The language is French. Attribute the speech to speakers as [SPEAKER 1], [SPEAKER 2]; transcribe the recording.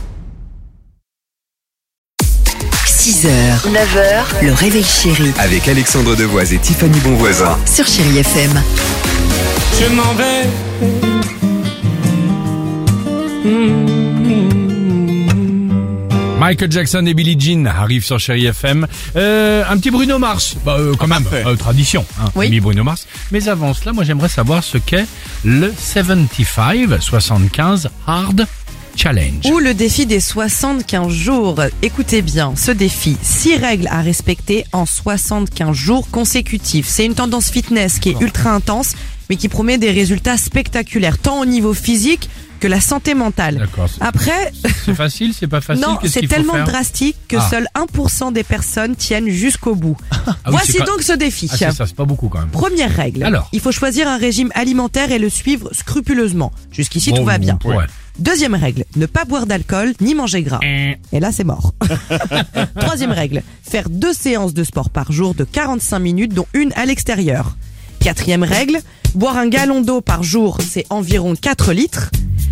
[SPEAKER 1] 6h, 9h, le réveil chéri
[SPEAKER 2] Avec Alexandre Devoise et Tiffany Bonvoisin.
[SPEAKER 1] sur Chéri FM.
[SPEAKER 3] Je m'en vais.
[SPEAKER 4] Michael Jackson et Billie Jean arrivent sur Chéri FM. Euh, un petit Bruno Mars, bah, euh, quand même, euh, tradition, hein,
[SPEAKER 1] Oui.
[SPEAKER 4] ami Bruno Mars. Mais avant cela, moi j'aimerais savoir ce qu'est le 75-75 Hard Challenge.
[SPEAKER 5] Ou le défi des 75 jours. Écoutez bien, ce défi, 6 règles à respecter en 75 jours consécutifs. C'est une tendance fitness qui est ultra intense, mais qui promet des résultats spectaculaires, tant au niveau physique que la santé mentale.
[SPEAKER 4] D'accord. c'est-
[SPEAKER 5] Après,
[SPEAKER 4] C'est facile, c'est pas facile.
[SPEAKER 5] non,
[SPEAKER 4] qu'est-ce
[SPEAKER 5] c'est
[SPEAKER 4] qu'il faut
[SPEAKER 5] tellement
[SPEAKER 4] faire
[SPEAKER 5] drastique que
[SPEAKER 4] Ah.
[SPEAKER 5] seul 1% des personnes tiennent jusqu'au bout.
[SPEAKER 4] Ah oui,
[SPEAKER 5] Voici
[SPEAKER 4] c'est pas-
[SPEAKER 5] donc ce défi.
[SPEAKER 4] Ah, c'est ça, c'est pas beaucoup quand même.
[SPEAKER 5] Première règle,
[SPEAKER 4] Alors.
[SPEAKER 5] il faut choisir un régime alimentaire et le suivre scrupuleusement. Jusqu'ici, tout va bien.
[SPEAKER 4] Ouais.
[SPEAKER 5] Deuxième règle, ne pas boire d'alcool ni manger gras. Et là, c'est mort. Troisième règle, faire deux séances de sport par jour de 45 minutes, dont une à l'extérieur. Quatrième règle, boire un gallon d'eau par jour, c'est environ 4 litres.